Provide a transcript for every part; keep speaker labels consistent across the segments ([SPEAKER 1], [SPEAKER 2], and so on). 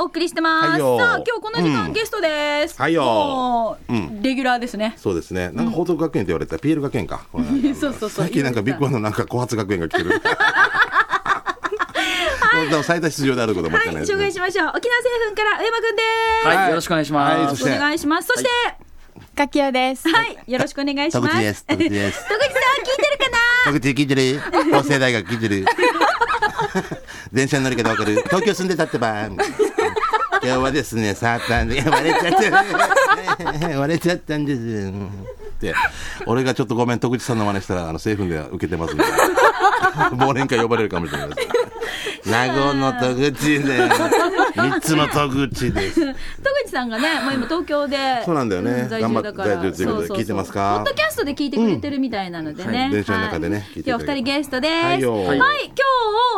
[SPEAKER 1] お送りしてま
[SPEAKER 2] は
[SPEAKER 1] す。
[SPEAKER 2] い
[SPEAKER 1] さ
[SPEAKER 2] よ
[SPEAKER 1] あ、今日この時間、
[SPEAKER 2] うん
[SPEAKER 1] ゲストです。
[SPEAKER 2] はいよ
[SPEAKER 1] もう
[SPEAKER 2] うん
[SPEAKER 1] レギュラーですね。
[SPEAKER 2] そうですね。なんか報徳学園って言われたら PL 学園か。
[SPEAKER 1] そうそうそう
[SPEAKER 2] 最近なんかビッグワンのなんか小発学園が来てる。もう最多出場であることも
[SPEAKER 1] は
[SPEAKER 2] か
[SPEAKER 1] い、
[SPEAKER 2] ないです
[SPEAKER 1] 紹
[SPEAKER 2] ね
[SPEAKER 1] 介しましょう。沖縄製粉から上山くんで
[SPEAKER 3] はい、よろしくお願いします。
[SPEAKER 2] はいそ
[SPEAKER 1] す。
[SPEAKER 2] し
[SPEAKER 1] お
[SPEAKER 2] て
[SPEAKER 1] 願いします。そして、
[SPEAKER 4] かきよです。
[SPEAKER 1] はい、よろしくお願いします。
[SPEAKER 2] 田口です田口で す
[SPEAKER 1] 戸口さん、聞いてるかな
[SPEAKER 2] 各地聞いてる法政大学聞いてる電車に乗り方わかる東京住んでたってばみたいな今日はですねサーターでいや割れちゃった割れちゃったんですうんで俺がちょっとごめん徳地さんの真似したらあの政府では受けてますみたいな忘年会呼ばれるかもしれないです名護の徳地で三つの徳地です
[SPEAKER 1] 戸口さんが ね、もう今東京で。
[SPEAKER 2] そうなんだよね
[SPEAKER 1] う在住だから
[SPEAKER 2] 頑張って
[SPEAKER 1] そ
[SPEAKER 2] 在住ということで
[SPEAKER 1] そそ
[SPEAKER 2] 聞いてますか
[SPEAKER 1] ポッドキャストで聞いてくれてるみたいなので
[SPEAKER 2] うんは
[SPEAKER 1] ね。
[SPEAKER 2] い電車の中でね
[SPEAKER 1] はい
[SPEAKER 2] 聞いてい
[SPEAKER 1] 今
[SPEAKER 2] ただ
[SPEAKER 1] 日
[SPEAKER 2] け
[SPEAKER 1] 二
[SPEAKER 2] れば
[SPEAKER 1] 人ゲストです。は、
[SPEAKER 2] はいい
[SPEAKER 1] 今
[SPEAKER 2] よ
[SPEAKER 1] 日、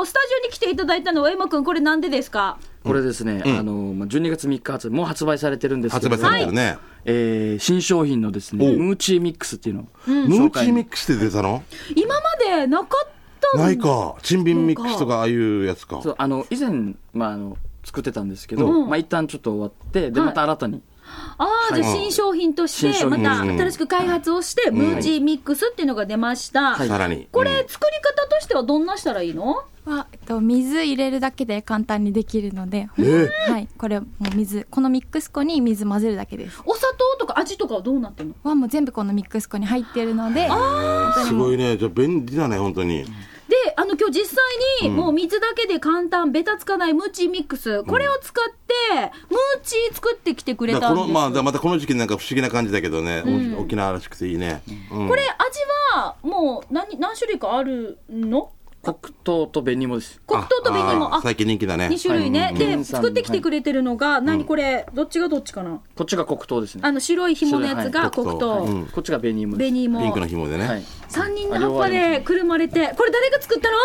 [SPEAKER 1] スタジオに来ていただいたのは上山くん、これなんでですか
[SPEAKER 3] これですね、あの、まあ、12月3日発売、もう発売されてるんですけ
[SPEAKER 2] 発
[SPEAKER 3] れ
[SPEAKER 2] 売
[SPEAKER 3] ども、
[SPEAKER 2] されてるね、
[SPEAKER 3] えー新商品のですね、
[SPEAKER 2] おう
[SPEAKER 3] ムーチーミックスっていうのを
[SPEAKER 2] ムー
[SPEAKER 3] 紹
[SPEAKER 2] チ
[SPEAKER 3] 介、
[SPEAKER 2] ーミックスって出たの
[SPEAKER 1] 今までなかった
[SPEAKER 2] ないかチンビンミックスとかああいうやつか
[SPEAKER 3] そうあの、以前、まあ、あの、作ってたんですけど、
[SPEAKER 1] うん
[SPEAKER 3] まあ、一旦ちょっと終わって、で、
[SPEAKER 1] はい
[SPEAKER 3] また新たに、
[SPEAKER 1] ああ、じゃあ新商品とし
[SPEAKER 3] 新
[SPEAKER 1] て、
[SPEAKER 3] 商
[SPEAKER 1] ま
[SPEAKER 3] 品
[SPEAKER 1] た新しく開発をして、ムーチーミックスっていうのが出ました。
[SPEAKER 3] はい
[SPEAKER 2] さらに
[SPEAKER 1] こ
[SPEAKER 2] うん
[SPEAKER 1] れ、作り方としてはどんなしたらいいの
[SPEAKER 4] は、えっと、水入れるだけで簡単にできるので、
[SPEAKER 2] え
[SPEAKER 4] はい、これもう水、このミックス粉に水混ぜるだけです。
[SPEAKER 1] お砂糖とか味とかはどうなってんの
[SPEAKER 4] はもう全部このミックス粉に入ってるので、
[SPEAKER 2] すごいねじゃあ便利だね本当に
[SPEAKER 1] で、あの、今日実際に、もう水だけで簡単、ベタつかないムーチーミックス、これを使って、ムーチー作ってきてくれ
[SPEAKER 2] だか
[SPEAKER 1] た
[SPEAKER 2] ら
[SPEAKER 1] ん
[SPEAKER 2] こ
[SPEAKER 1] で
[SPEAKER 2] の
[SPEAKER 1] すよ
[SPEAKER 2] まあだからまたこの時期なんか不思議な感じだけどね、お沖縄らしくていいね、うん
[SPEAKER 1] これ、味は、もう何、何種類かあるの
[SPEAKER 3] 黒糖と紅芋です。
[SPEAKER 1] 黒糖と紅
[SPEAKER 2] あ
[SPEAKER 1] 芋。
[SPEAKER 2] あ
[SPEAKER 1] あ
[SPEAKER 2] ー、最近人気だね
[SPEAKER 1] 2種類ね。
[SPEAKER 3] はいう
[SPEAKER 1] で、
[SPEAKER 3] ん
[SPEAKER 1] 作ってきてくれてるのが、何これ、どっちがどっちかな
[SPEAKER 3] こっちが黒糖ですね。
[SPEAKER 1] あの、白い紐のやつが
[SPEAKER 2] 白い
[SPEAKER 1] 黒
[SPEAKER 2] はい
[SPEAKER 1] 糖
[SPEAKER 2] 黒。糖うん
[SPEAKER 3] こっちが紅芋です。
[SPEAKER 1] 紅芋
[SPEAKER 2] ピンクの紐でね、
[SPEAKER 3] はい。
[SPEAKER 1] 三人の葉っぱでくるまれてこれ誰が作ったの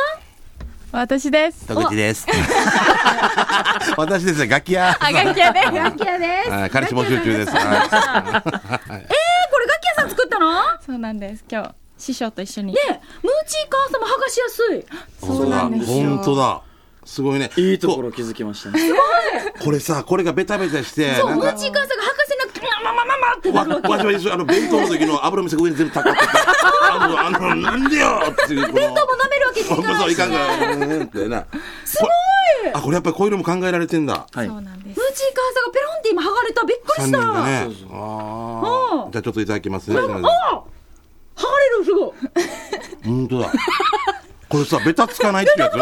[SPEAKER 4] 私です。
[SPEAKER 2] 田口です 私ですよ楽器屋
[SPEAKER 4] あ、がきやで。
[SPEAKER 1] ガキヤです
[SPEAKER 2] はい彼氏募集中です
[SPEAKER 1] ガキヤさんえー、これガキヤさん作ったのね
[SPEAKER 4] そうなんです。今日、師匠と一緒に。
[SPEAKER 1] ムーチー母様剥がしやすい
[SPEAKER 4] そうなんですよ。
[SPEAKER 2] 本当だすごいね
[SPEAKER 3] いいところ気づきましたね。
[SPEAKER 2] ここれさこれがベタベタして
[SPEAKER 1] そう
[SPEAKER 2] なん
[SPEAKER 1] ムー
[SPEAKER 2] か
[SPEAKER 1] チー母さんが剥がせなくてまあまあまあまあってな
[SPEAKER 2] わ
[SPEAKER 1] るわけ
[SPEAKER 2] わしわしあの弁当の時の油飯が上に全部たかっててあのあのなんでよっていう弁
[SPEAKER 1] もう舐めるわけにい
[SPEAKER 2] そう
[SPEAKER 1] かな
[SPEAKER 2] そう
[SPEAKER 1] い
[SPEAKER 2] い
[SPEAKER 1] し
[SPEAKER 2] か
[SPEAKER 1] ね
[SPEAKER 2] ん
[SPEAKER 1] ムー
[SPEAKER 2] がうんってなすごいあこれやっぱりこういうのも考えられてんだ
[SPEAKER 3] はい
[SPEAKER 4] そ。うなんです。
[SPEAKER 1] チー母さんがペロンって今剥がれたびっくり
[SPEAKER 2] 三
[SPEAKER 1] し
[SPEAKER 2] 人
[SPEAKER 1] た
[SPEAKER 2] がね
[SPEAKER 3] そうそう
[SPEAKER 2] あ
[SPEAKER 1] うん
[SPEAKER 2] ーじゃあちょっといただきますね
[SPEAKER 1] あ剥がれるすごい
[SPEAKER 2] 本当だこれさベタつかないってやつ
[SPEAKER 4] そ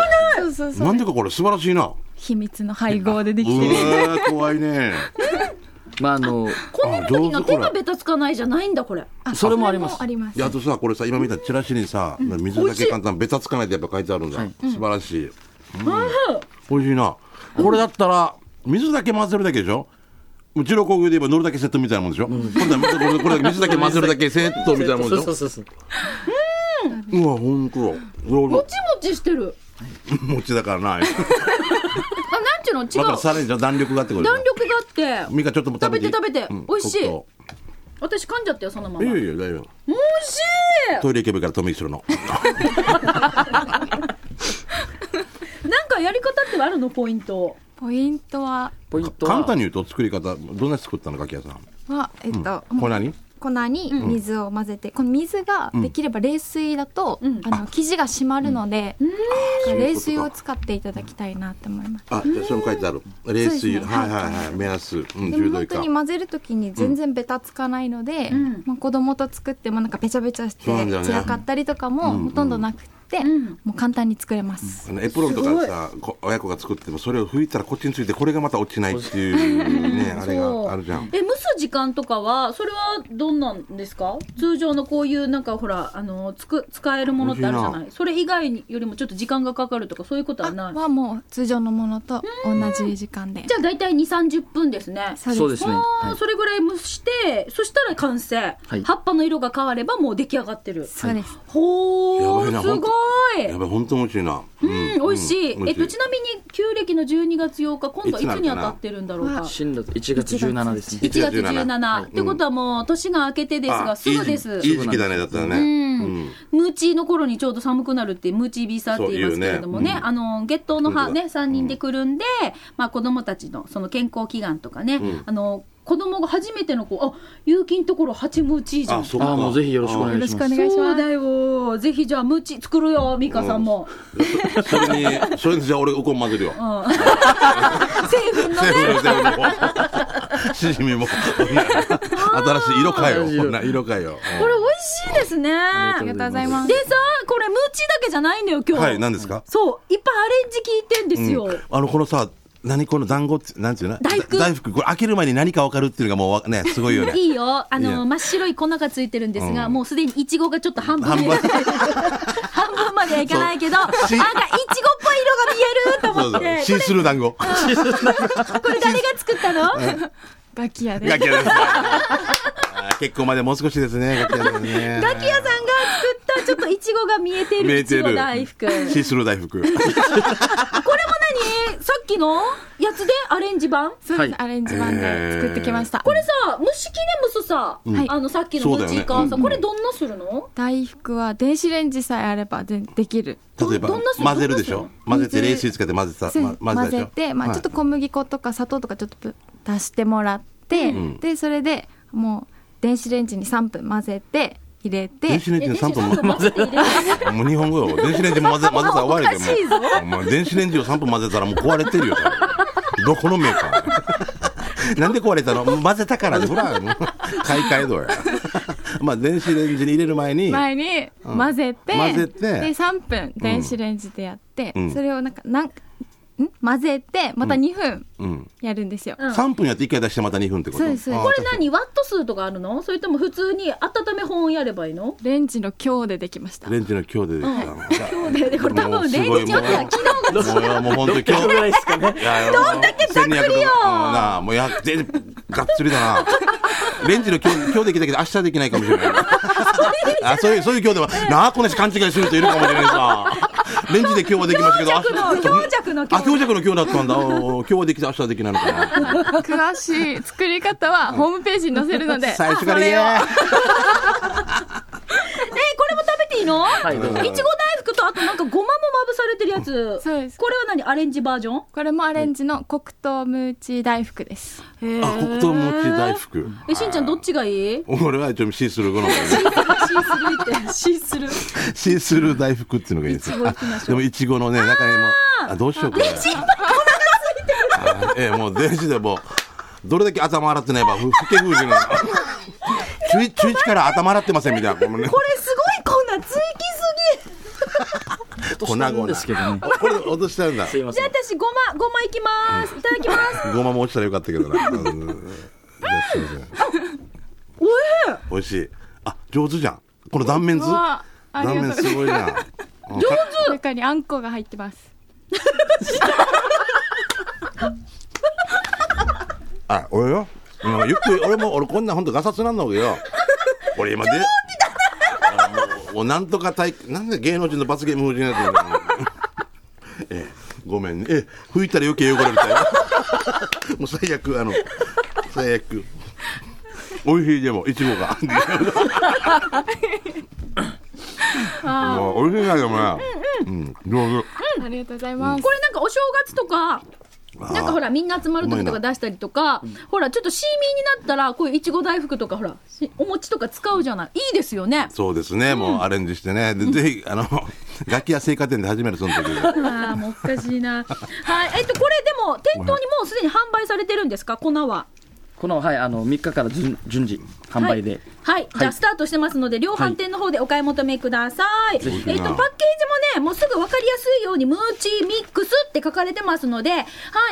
[SPEAKER 4] うそうそ
[SPEAKER 2] な
[SPEAKER 4] う。
[SPEAKER 2] んでかこれ素晴らしいなう
[SPEAKER 4] 秘密の配合でできてる。
[SPEAKER 2] わー怖いね
[SPEAKER 3] まあ、あの、
[SPEAKER 1] こねる時の
[SPEAKER 2] あ上手こ
[SPEAKER 1] 手
[SPEAKER 2] れ
[SPEAKER 1] がベタつかないじゃないんだこれ
[SPEAKER 4] あ
[SPEAKER 3] それもあります
[SPEAKER 4] それもあり
[SPEAKER 2] であとさこれさ今見たチラシにさ水だけ簡単ベタつかないってやっぱ書いてあるんだ
[SPEAKER 3] い
[SPEAKER 2] 素晴らしい美味しいなこれだったら水だけ混ぜるだけでしょうちの工具で言えば乗るだけセットみたいなもんでしょ、これだこれこれ水だけ混ぜるだけセットみたいなもんでしょ
[SPEAKER 3] そうそうそうそう。
[SPEAKER 2] うわ、ほんとだ。
[SPEAKER 1] も
[SPEAKER 2] も
[SPEAKER 1] ちもちしてる
[SPEAKER 2] ちだからな。
[SPEAKER 1] あなんちゅうの違
[SPEAKER 2] また
[SPEAKER 1] う
[SPEAKER 2] さらに弾力があってこれ。
[SPEAKER 1] 弾力があって
[SPEAKER 2] ミカちょっとも食べていい。
[SPEAKER 1] 食べて食べて美味しい
[SPEAKER 2] 黒
[SPEAKER 1] 私噛んじゃったよそのま
[SPEAKER 2] 糖い
[SPEAKER 1] ま
[SPEAKER 2] や
[SPEAKER 1] 美味
[SPEAKER 2] いや、大丈夫。
[SPEAKER 1] し
[SPEAKER 2] トイレ行けばいいからトミーするの。
[SPEAKER 1] いなんかやり方ってあるのポイント
[SPEAKER 4] ポイントは、
[SPEAKER 3] ポイントは、
[SPEAKER 2] 簡単に言うと作り方、どんな作ったのか、きやさん。
[SPEAKER 4] は、えっと、
[SPEAKER 2] これ何
[SPEAKER 4] 粉に水を混ぜて、この水ができれば冷水だと、
[SPEAKER 1] ん
[SPEAKER 4] あの生地が締まるので、
[SPEAKER 2] そういうことか
[SPEAKER 4] 冷水を使っていただきたいなって思います。
[SPEAKER 2] あ、じゃあそれも書いてある。冷水、
[SPEAKER 4] そうですね
[SPEAKER 2] はいはいはい、目安、うん、
[SPEAKER 4] で
[SPEAKER 2] 10
[SPEAKER 4] も
[SPEAKER 2] 度
[SPEAKER 4] 本
[SPEAKER 2] 以
[SPEAKER 4] 当
[SPEAKER 2] 下
[SPEAKER 4] に。混ぜるときに全然ベタつかないので、
[SPEAKER 1] ん
[SPEAKER 4] まあ、子供と作ってもなんかべちゃべちゃして
[SPEAKER 2] そうなんだよね
[SPEAKER 4] 散らかったりとかもほとんどなくって、
[SPEAKER 1] ん
[SPEAKER 4] もう簡単に作れます、
[SPEAKER 2] あのエプロンとかさ、こ親子が作っても、それを拭いたらこっちについて、これがまた落ちないっていうね、あれ
[SPEAKER 1] そう
[SPEAKER 2] があるじゃん。
[SPEAKER 1] え蒸す時間とかはそれはどんなんですか通常のこういうなんかほらあのつく使えるものってあるじゃ
[SPEAKER 2] 美
[SPEAKER 1] な
[SPEAKER 2] 味
[SPEAKER 1] いそれ以外によりもちょっと時間がかかるとかそういうことはない
[SPEAKER 4] はもう通常のものと同じ時間で
[SPEAKER 1] じゃあ大体2三3 0分ですね
[SPEAKER 4] そうです
[SPEAKER 3] そうですね。
[SPEAKER 1] あ
[SPEAKER 3] は
[SPEAKER 1] ー
[SPEAKER 3] い
[SPEAKER 1] それぐらい蒸してそしたら完成、
[SPEAKER 3] はい
[SPEAKER 1] 葉っぱの色が変わればもう出来上がってる
[SPEAKER 4] そうです
[SPEAKER 1] ほ
[SPEAKER 2] やばい
[SPEAKER 1] ー
[SPEAKER 2] な
[SPEAKER 1] すごい
[SPEAKER 2] やばい、本当に美味しいな。う
[SPEAKER 1] うん、美味しい。えっと、ちなみに旧暦の12月8日、今度はい
[SPEAKER 2] つな
[SPEAKER 1] つ
[SPEAKER 2] ん
[SPEAKER 1] に
[SPEAKER 2] だ
[SPEAKER 1] 当
[SPEAKER 2] な
[SPEAKER 1] たってるんだろうか。1
[SPEAKER 3] 新だと1月17ですね。
[SPEAKER 1] 月
[SPEAKER 2] 1月
[SPEAKER 1] 17。
[SPEAKER 2] 17
[SPEAKER 1] ってことはもう年が明けてです
[SPEAKER 2] あ
[SPEAKER 1] が、すぐです。
[SPEAKER 2] いい時いい時期だね、だったらね。
[SPEAKER 1] うんムチの頃にちょうど寒くなるってムチビサって言いますけれどもね
[SPEAKER 2] そう言うね
[SPEAKER 1] あの月頭の葉
[SPEAKER 2] そう
[SPEAKER 1] ね
[SPEAKER 2] だ
[SPEAKER 1] 3人でくるんで、まあ、子供たちのその健康祈願とかね、
[SPEAKER 2] ん
[SPEAKER 1] あの子供が初めての子あ有機のところ八ムチじゃん
[SPEAKER 2] あ、そっ
[SPEAKER 3] あ
[SPEAKER 2] か。
[SPEAKER 3] あもうぜひよろしくお願いし
[SPEAKER 4] よ
[SPEAKER 3] ま
[SPEAKER 4] ろ
[SPEAKER 3] す
[SPEAKER 4] しくお願いします
[SPEAKER 1] そうだよぜひじゃあムチ作るよ美香さんも、
[SPEAKER 2] あそれに、それにじゃあ俺おこん混ぜるよ。
[SPEAKER 1] 成分の
[SPEAKER 2] セ
[SPEAKER 1] ね
[SPEAKER 2] ブンセブンも。しじみも。新しい色変えよう。
[SPEAKER 3] 新しい
[SPEAKER 2] こ
[SPEAKER 3] 色
[SPEAKER 2] んな色変えよう。
[SPEAKER 1] これ美味しいですね
[SPEAKER 4] ありがとうございます
[SPEAKER 1] でさこれムチだけじゃないのよ今日、
[SPEAKER 2] はい、何ですか
[SPEAKER 1] そういっぱいアレンジ聞いてんですよ、
[SPEAKER 2] あの、このさ、何この団子って、なんていうの
[SPEAKER 1] 大福
[SPEAKER 2] だ大福。これ開ける前に何か分かるっていうのがもうわね、すごいよね。
[SPEAKER 1] いいよあ
[SPEAKER 2] いや
[SPEAKER 1] の真っ白い粉がついてるんですが、
[SPEAKER 2] うん
[SPEAKER 1] もうすでにいちごがちょっと半分
[SPEAKER 2] 半分
[SPEAKER 1] 半分まではいかないけどなんかい
[SPEAKER 2] し
[SPEAKER 1] ちごっぽい色が見えると思って
[SPEAKER 2] シースルー団子。
[SPEAKER 1] これ誰が作ったの
[SPEAKER 4] ガキやで
[SPEAKER 2] ガキヤです。あー結構までもう少しですね、ガキヤですね。
[SPEAKER 1] ガキ屋さんが作ったちょっといちごが見えて
[SPEAKER 2] 見
[SPEAKER 1] る
[SPEAKER 2] え
[SPEAKER 1] いち
[SPEAKER 2] て
[SPEAKER 1] ご
[SPEAKER 2] る。
[SPEAKER 1] 大福これも
[SPEAKER 2] シースルー大福。
[SPEAKER 1] 何さっきのやつでアレンジ版
[SPEAKER 4] そうです
[SPEAKER 3] は
[SPEAKER 4] アレンジ版で作ってきました、
[SPEAKER 1] これさ虫キネムスさ、
[SPEAKER 4] ん
[SPEAKER 1] あのさっきのムチか
[SPEAKER 2] そうだ
[SPEAKER 1] さ、
[SPEAKER 2] よね
[SPEAKER 1] これどんなするの
[SPEAKER 4] 大福は電子レンジさえあればでできる
[SPEAKER 1] ど
[SPEAKER 2] 例えば
[SPEAKER 1] どんなする
[SPEAKER 2] 混ぜるでし
[SPEAKER 1] どん
[SPEAKER 2] ょ
[SPEAKER 1] な
[SPEAKER 2] 混ぜて冷水使って混ぜた、
[SPEAKER 4] そう
[SPEAKER 2] また
[SPEAKER 4] 混
[SPEAKER 2] でし
[SPEAKER 4] ぜ
[SPEAKER 2] ょ
[SPEAKER 4] て、まあ、ちょっと小麦粉とか砂糖とかちょっと足してもらって、
[SPEAKER 2] ん
[SPEAKER 4] でそれでもう電子レンジに3分混ぜて入れて
[SPEAKER 2] 電子レンジに3分
[SPEAKER 1] え電子レンジに
[SPEAKER 2] も
[SPEAKER 1] 混ぜて入れる
[SPEAKER 2] もう日本語よ電子レンジも混ぜ混ぜたら終わりで
[SPEAKER 1] おかし
[SPEAKER 2] もうお前電子レンジを3分混ぜたらもう壊れてるよどこのメーカ ーなんで壊れたの混ぜたからねほらもう買い替えどうやまあ電子レンジに入れる前に
[SPEAKER 4] 前に
[SPEAKER 2] うん
[SPEAKER 4] 混ぜて,、
[SPEAKER 2] 混ぜて
[SPEAKER 4] で3分電子レンジでやって、
[SPEAKER 2] うん
[SPEAKER 4] それをなんかなんん混ぜてまた2分
[SPEAKER 2] うん
[SPEAKER 4] やるんですよ、
[SPEAKER 1] うん
[SPEAKER 2] 3分やって1回出してまた2分ってこと
[SPEAKER 4] そうですそうです
[SPEAKER 2] あ
[SPEAKER 1] こ
[SPEAKER 2] ー
[SPEAKER 1] れ何ワット数とかあるのそれとも普通に温め保温やればいいの
[SPEAKER 4] レンジの強でできました
[SPEAKER 2] レンジの今日でできた
[SPEAKER 1] 今日でねこれ多分レンジの
[SPEAKER 2] もう
[SPEAKER 1] 機能が
[SPEAKER 2] すごいもうもうもう本当今
[SPEAKER 3] 今
[SPEAKER 2] 日
[SPEAKER 3] 日ぐらいですかね
[SPEAKER 2] いやいやどんだけざっく
[SPEAKER 1] りよ
[SPEAKER 2] なあもうやってがっつりだなレンジの今日今日できたけど明日できないかもし れないあそういうそういう今日ではなあこの人勘違いする人いるかもしれないさレンジで今日はできましたけど
[SPEAKER 1] 強弱の強弱の
[SPEAKER 2] あ強
[SPEAKER 1] 強
[SPEAKER 2] 弱の今日だったんだおー今日はできて明日はできないのかな
[SPEAKER 4] 詳しい作り方はホームページに載せるので
[SPEAKER 2] 最初から言え
[SPEAKER 1] えーこれも食べていいの、
[SPEAKER 3] はいい
[SPEAKER 1] ち
[SPEAKER 3] ど
[SPEAKER 1] ご
[SPEAKER 3] うぞ
[SPEAKER 1] 大福とあとなんかごまもまぶされてるやつ
[SPEAKER 4] そうです
[SPEAKER 1] これは何アレンジバージョン
[SPEAKER 4] これもアレンジの黒糖ムーチー大福です
[SPEAKER 2] あ黒糖餅大福
[SPEAKER 1] えしんちゃんどっちがいい
[SPEAKER 2] 俺は一応シースルー好み
[SPEAKER 1] シースルーってシースルー
[SPEAKER 2] シースルー大福っていうのがいいですよあでもいちごのね中にもあどうしようこれあええもう電子でもうどれだけ頭洗ってないばふふけ風じな中一中一から頭洗ってませんみたいなもうね
[SPEAKER 1] これすごい粉ついきすぎ
[SPEAKER 2] 粉
[SPEAKER 3] 落とした
[SPEAKER 2] 々
[SPEAKER 3] んですけどね
[SPEAKER 2] あこれ落としちゃうんだ
[SPEAKER 3] すいま
[SPEAKER 1] じ
[SPEAKER 3] せ
[SPEAKER 1] ゃあ
[SPEAKER 3] ん
[SPEAKER 1] 私ごまごまいきますいただき ます
[SPEAKER 2] ごまも落ちたらよかったけどなうんうんじゃあすいません
[SPEAKER 1] おえ
[SPEAKER 2] 美味しいあ上手じゃんこの断面図
[SPEAKER 4] うわありが
[SPEAKER 2] 断面
[SPEAKER 4] とうござ
[SPEAKER 2] す
[SPEAKER 4] います
[SPEAKER 2] ごいじゃん上
[SPEAKER 4] 中にあんこが入ってます
[SPEAKER 2] あ俺よ今ゆっくり俺も俺こんな本当ガサツなんだけど俺今であもうもうなんとか大なんで芸能人の罰ゲーム風人なんだろうええごめんねええ拭いたら余計汚れるたよもう最悪あの最悪美味しいでもいちご がもう美味しいんだけどねうん上手
[SPEAKER 4] ありがとうございます
[SPEAKER 1] これなんかお正月とかなんかほらみんな集まる時とか出したりとかほらちょっとシーミーになったらこういういちご大福とかほらしお餅とか使うじゃないいいですよね
[SPEAKER 2] そうですね、もうアレンジしてね、でぜひあの 楽器や青果店で始めるその 時
[SPEAKER 1] ああもうおかしいなはいえっとこれでも店頭にもうすでに販売されてるんですか粉は
[SPEAKER 3] このはいあの3日から順順次販売で
[SPEAKER 1] はい、はい、じゃ
[SPEAKER 3] は
[SPEAKER 1] あ
[SPEAKER 3] い
[SPEAKER 1] スタートしてますので量販店の方でお買い求めください、
[SPEAKER 3] ぜひ
[SPEAKER 1] えっとパッケージもねもうすぐ分かりやすいようにムーチーミックスって書かれてますのでは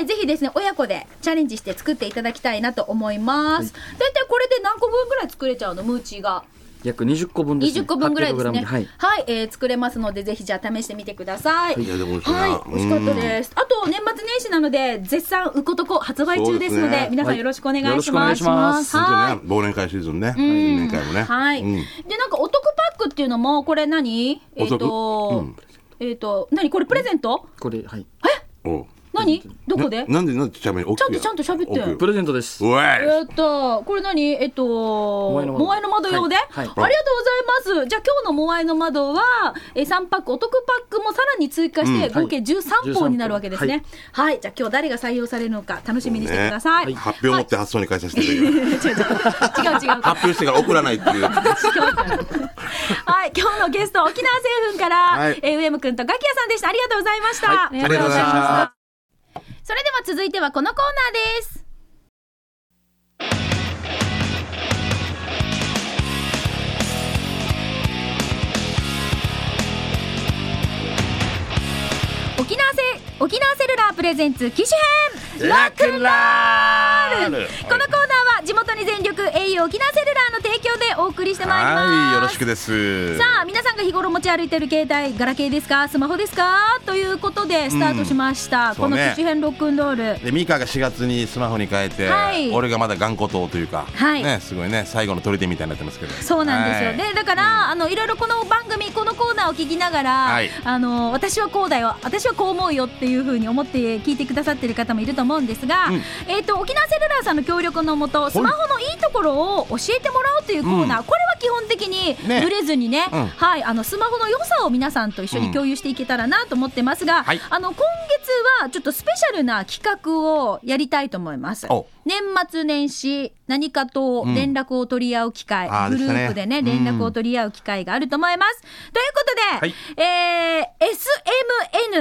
[SPEAKER 1] いぜひですね親子でチャレンジして作っていただきたいなと思います、大体これで何個分ぐらい作れちゃうのムーチーが
[SPEAKER 3] 約20個分ですね
[SPEAKER 1] 20個分ぐらいです
[SPEAKER 3] 800g
[SPEAKER 1] ね。は
[SPEAKER 3] はいい、
[SPEAKER 1] えー作れますので、ぜひじゃあ試してみてください。
[SPEAKER 2] いやでも美味しいな
[SPEAKER 1] はい、美味しかったです。あと、年末年始なので、絶賛うことこ発売中ですの
[SPEAKER 2] そうで
[SPEAKER 1] です
[SPEAKER 2] ね、
[SPEAKER 1] 皆さんよろしくお願いし
[SPEAKER 3] は
[SPEAKER 1] ま
[SPEAKER 3] いよろ
[SPEAKER 1] す。
[SPEAKER 3] しくお願いします
[SPEAKER 1] は
[SPEAKER 2] 本当にね忘年会シーズンね、
[SPEAKER 1] い。
[SPEAKER 2] 新年会もね、
[SPEAKER 1] はい。
[SPEAKER 2] うん
[SPEAKER 1] で、なんかお得パックっていうのも、これ何えっ、
[SPEAKER 2] お得
[SPEAKER 1] と、
[SPEAKER 2] うん
[SPEAKER 1] えっ、と、何これプレゼント
[SPEAKER 3] これはい
[SPEAKER 2] おう
[SPEAKER 1] 何何どこで
[SPEAKER 2] ななんで、なんでちゃめ
[SPEAKER 1] ち
[SPEAKER 2] る
[SPEAKER 1] ゃんとちゃんと喋って
[SPEAKER 3] プレゼントです
[SPEAKER 2] お
[SPEAKER 1] や
[SPEAKER 2] い
[SPEAKER 1] ったこれ何えっと、
[SPEAKER 3] モアイの窓
[SPEAKER 1] モアイの窓用で、
[SPEAKER 3] はいはい
[SPEAKER 1] ありがとうございます。じゃあ今日のモアイの窓は、えー、3パック、お得パックもさらに追加して、
[SPEAKER 3] うん
[SPEAKER 1] 合計13本になるわけですね。はい、じゃあ今日誰が採用されるのか楽しみにしてください。
[SPEAKER 2] ね発表を持って発送に返させてくれる
[SPEAKER 1] 違う違う違う違う
[SPEAKER 2] 発表してから送らないっていう。
[SPEAKER 1] はい、今日のゲスト、沖縄製粉から、
[SPEAKER 2] はい
[SPEAKER 1] えー上山くんとガキヤさんでした。ありがとうございました。
[SPEAKER 2] はいありがとうございました
[SPEAKER 1] それでは続いてはこのコーナーです。沖縄セ沖縄セルラープレゼンツ機種編 ラックンラールこのコーナーは地元に全力 au 沖縄セルラーの提供でお送りしてまいります
[SPEAKER 2] はい、よろしくです。
[SPEAKER 1] さあ皆さんが日頃持ち歩いてる携帯ガラケーですかスマホですかということでスタートしました、
[SPEAKER 2] そ
[SPEAKER 1] こ
[SPEAKER 2] う
[SPEAKER 1] の
[SPEAKER 2] ね
[SPEAKER 1] 機種編ロックンロール
[SPEAKER 2] でミカが4月にスマホに変えて、
[SPEAKER 1] はい
[SPEAKER 2] 俺がまだ頑固党というか、
[SPEAKER 1] はい
[SPEAKER 2] ね、すごいね最後の砦みたいになってますけど
[SPEAKER 1] そうなんですよ、
[SPEAKER 2] はい
[SPEAKER 1] でだから、あのいろいろこの番組このコーナーを聞きながら、
[SPEAKER 2] はい
[SPEAKER 1] あの私はこうだよ私はこう思うよっていうふうに思って聞いてくださってる方もいると思うんですが、
[SPEAKER 2] うん
[SPEAKER 1] えー、と沖縄セルラーさんの協力のもとスマホのいいところを教えてもらおうというコーナー、これは基本的に
[SPEAKER 2] ね
[SPEAKER 1] ブレずにね
[SPEAKER 2] うん
[SPEAKER 1] はい、あのスマホの良さを皆さんと一緒に共有していけたらなと思ってますが、
[SPEAKER 2] はい
[SPEAKER 1] あの今月はちょっとスペシャルな企画をやりたいと思います
[SPEAKER 2] お。
[SPEAKER 1] 年末年始何かと連絡を取り合う機会
[SPEAKER 2] あー
[SPEAKER 1] グ
[SPEAKER 2] で
[SPEAKER 1] ル
[SPEAKER 2] したね
[SPEAKER 1] ープでね、連絡を取り合う機会があると思います。ということで、えー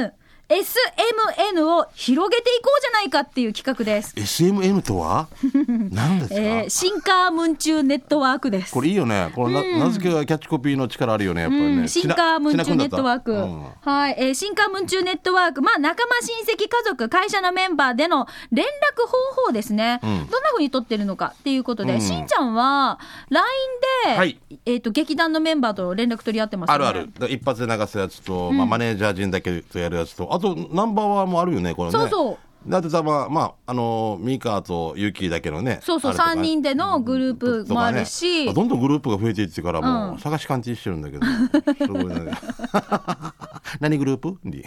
[SPEAKER 1] SMN、SMN を広げていこうじゃないかっていう企画です。
[SPEAKER 2] SMN と は何ですか、
[SPEAKER 1] えー、シンカームン中ネットワークです。
[SPEAKER 2] これいいよねこれな、名付けがキャッチコピーの力あるよねやっぱりね、
[SPEAKER 1] うん、シンカームンチュネットワーク、
[SPEAKER 2] ちなちな君だった
[SPEAKER 1] はい、えー、シンカームンチュネットワーク、まあ、仲間、親戚、家族、会社のメンバーでの連絡方法ですね、
[SPEAKER 2] うん
[SPEAKER 1] どんなふうに取ってるのかっていうことで、
[SPEAKER 2] うん
[SPEAKER 1] しんちゃんは LINE で、
[SPEAKER 2] はい
[SPEAKER 1] えー、と劇団のメンバーと連絡取り合ってます
[SPEAKER 2] あ
[SPEAKER 1] よね
[SPEAKER 2] るあるだから一発で流すやつと、まあ、マネージャー陣だけとやるやつとあとナンバーワンもあるよねこれね
[SPEAKER 1] そうそう
[SPEAKER 2] だってたままああのーミカとユキだけのね
[SPEAKER 1] そうそう、
[SPEAKER 2] あれとか
[SPEAKER 1] 3人でのグループもあるし、
[SPEAKER 2] とかねどんどんグループが増えていってからもう、
[SPEAKER 1] うん
[SPEAKER 2] 探し感知してるんだ けどすごい ね何グループリ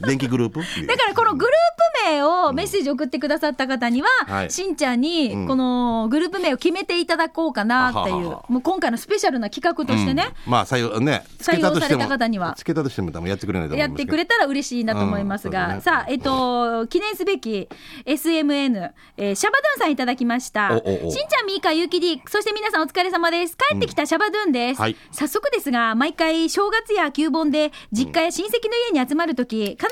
[SPEAKER 2] 電気グループリ
[SPEAKER 1] だからこのグループ名をメッセージ送ってくださった方には、
[SPEAKER 2] はい
[SPEAKER 1] しんちゃんに
[SPEAKER 2] ん
[SPEAKER 1] このグループ名を決めていただこうかなっていう、
[SPEAKER 2] あははは
[SPEAKER 1] もう今回のスペシャルな企画としてね、
[SPEAKER 2] うんまあ採用ねつけた
[SPEAKER 1] 採用
[SPEAKER 2] として
[SPEAKER 1] された
[SPEAKER 2] も
[SPEAKER 1] 方には
[SPEAKER 2] つけたとしても多分やってくれないと思
[SPEAKER 1] や
[SPEAKER 2] う
[SPEAKER 1] っ
[SPEAKER 2] んで
[SPEAKER 1] て
[SPEAKER 2] すけ
[SPEAKER 1] く
[SPEAKER 2] ど
[SPEAKER 1] れたら嬉しいなと思いますが、
[SPEAKER 2] うんそう
[SPEAKER 1] さ
[SPEAKER 2] だ
[SPEAKER 1] あ
[SPEAKER 2] ね、
[SPEAKER 1] えっと、記念すべき SMN、えーシャバドゥンさんいただきました。
[SPEAKER 2] おおお
[SPEAKER 1] しんちゃん、みーか、ゆうきり、そして皆さんお疲れ様です。帰ってきたシャバドゥンです。
[SPEAKER 2] うんはい
[SPEAKER 1] 早速ですが、毎回正月や旧盆で実家や親戚の家に集まるとき、必ず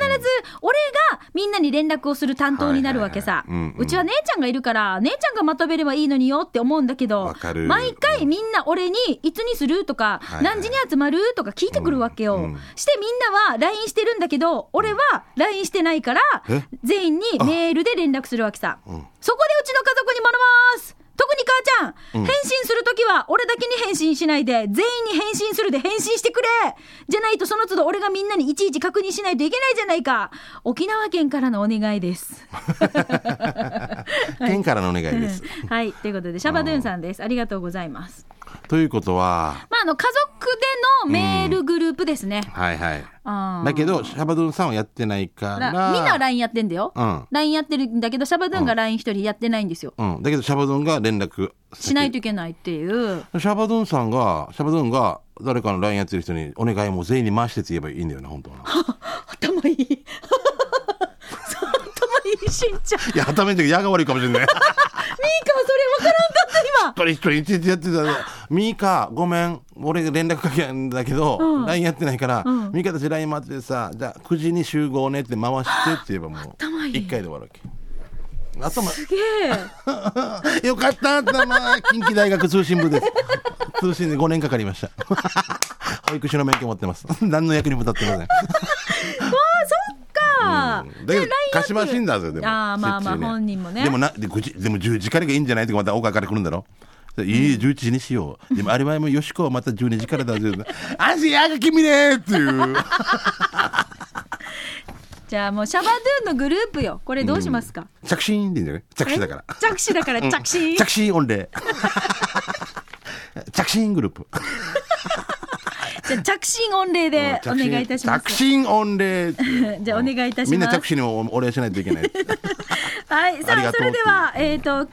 [SPEAKER 1] 俺がみんなに連絡をする担当になるわけさ。
[SPEAKER 2] はいはいはいうんう
[SPEAKER 1] う
[SPEAKER 2] ん
[SPEAKER 1] ちは姉ちゃんがいるから、姉ちゃんがまとめればいいのによって思うんだけど
[SPEAKER 2] わか、る
[SPEAKER 1] 毎回みんな俺にいつにするとか、
[SPEAKER 2] いはい
[SPEAKER 1] 何時に集まるとか聞いてくるわけよ。
[SPEAKER 2] うん
[SPEAKER 1] してみんなは LINE してるんだけど俺は LINE してないから
[SPEAKER 2] え
[SPEAKER 1] 全員にメールで連絡するわけさ、そ
[SPEAKER 2] ん
[SPEAKER 1] こでうちの家族に学ばます特に母ちゃん、返信するときは俺だけに返信しないで全員に返信するで返信してくれじゃないとその都度俺がみんなにいちいち確認しないといけないじゃないか沖縄県からのお願いです。
[SPEAKER 2] 県からのお願いです、
[SPEAKER 1] はいということでシャバドゥンさんですありがとうございます。
[SPEAKER 2] ということは
[SPEAKER 1] まああの家族でのメールグループですね。
[SPEAKER 2] はいはい
[SPEAKER 1] あー
[SPEAKER 2] だけどシャバドゥンさんはやってないから
[SPEAKER 1] らみんな LINE やってんだよ、
[SPEAKER 2] うん
[SPEAKER 1] LINE やってるんだけどシャバドゥンが LINE 一人やってないんですよ、
[SPEAKER 2] うん、だけどシャバドゥンが連絡
[SPEAKER 1] しないといけないっていう
[SPEAKER 2] シャバドゥンさんがシャバドゥンが誰かの LINE やってる人にお願いもう全員に回してって言えばいいんだよね本当はな
[SPEAKER 1] 頭いいそう 頭いいしんちゃんミー
[SPEAKER 2] いやはためん時矢が悪いかもしれない
[SPEAKER 1] カはそれ分からんかった
[SPEAKER 2] 一人一人いちいちやってたら「ミーカごめん俺連絡かけたんだけど、LINE やってないから、ミーカたち LINE 待っててさじゃあ9時に集合ね」って回してって言えばもう
[SPEAKER 1] 頭いい
[SPEAKER 2] 1回で終わるわけ頭
[SPEAKER 1] 今す
[SPEAKER 2] よかった頭近畿大学通信部です通信で5年かかりました 保育士の免許持ってます何の役にも立ってません
[SPEAKER 1] げえあーそっか、
[SPEAKER 2] だけど鹿
[SPEAKER 1] てる
[SPEAKER 2] 島死んだぜでも
[SPEAKER 1] あーまあまあ
[SPEAKER 2] 設置ね
[SPEAKER 1] 本人もね
[SPEAKER 2] でもなで時でも10時からがいいんじゃないとかまた大川から来るんだろでいい11時にしようでもあれはもうよしこはまた12時からだ ぜ安心やが君ねっていう
[SPEAKER 1] じゃあもうシャバドゥンのグループよこれどうしますか、
[SPEAKER 2] 着信でいいんじゃない着信だから
[SPEAKER 1] 着手だから着手、
[SPEAKER 2] 着信御礼着信グループ
[SPEAKER 1] じゃあ着信御礼でお願いいたしま
[SPEAKER 2] 着
[SPEAKER 1] す。
[SPEAKER 2] 信御礼っていう
[SPEAKER 1] じゃあお願いいたします
[SPEAKER 2] みんな着信におお礼しないといけない。
[SPEAKER 1] はい、さ
[SPEAKER 2] あり
[SPEAKER 1] あ、
[SPEAKER 2] がと
[SPEAKER 1] そうれでは、えっ、と、このよ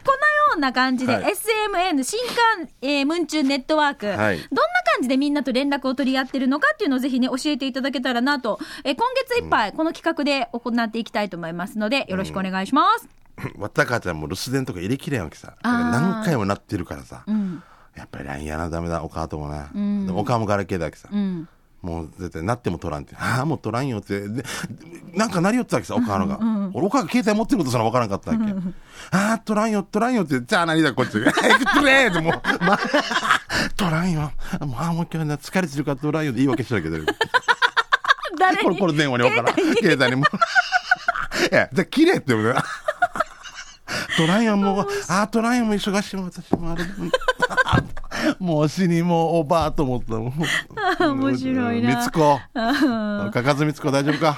[SPEAKER 1] うな感じで、
[SPEAKER 2] はい
[SPEAKER 1] SMN 新刊、えー、文中ネットワーク、
[SPEAKER 2] はい
[SPEAKER 1] どんな感じでみんなと連絡を取り合ってるのかっていうのをぜひね、教えていただけたらなと、えー今月いっぱい、この企画で行っていきたいと思いますので、よろしくお願いします。
[SPEAKER 2] わったかちゃんも留守電とか入れきれんわけさ。だ
[SPEAKER 1] あー
[SPEAKER 2] から何回もなってるからさ。
[SPEAKER 1] うん、
[SPEAKER 2] やっぱり LINE やなダメだ、お母ともな。
[SPEAKER 1] ん
[SPEAKER 2] でもお母もガラケーだけさ
[SPEAKER 1] う。ん、
[SPEAKER 2] もう絶対なっても取らんって。ああ、もう取らんよって。でなんかなりよってたわけさ、お母のが。俺、お母が携帯持ってることすらわからんかったわけ。ああ、取らんよ、取らんよって。じゃあ何だ、こっち。 早く取れってもう、ま、 取らんよ。もう、ああ、もう今日な疲れてるから取らんよって言い訳してるけど。
[SPEAKER 1] 誰
[SPEAKER 2] これ、
[SPEAKER 1] に
[SPEAKER 2] これ電話に分からん。携帯に も。いや、じゃあ、切れって俺が。 トライアンも、あー、トライアンも忙しいもん私もあれ。 もう死にもうおばあと思ったも
[SPEAKER 1] ー
[SPEAKER 2] ん。
[SPEAKER 1] 面白いな
[SPEAKER 2] みつこ。
[SPEAKER 1] うん
[SPEAKER 2] かかずみつこ大丈夫か。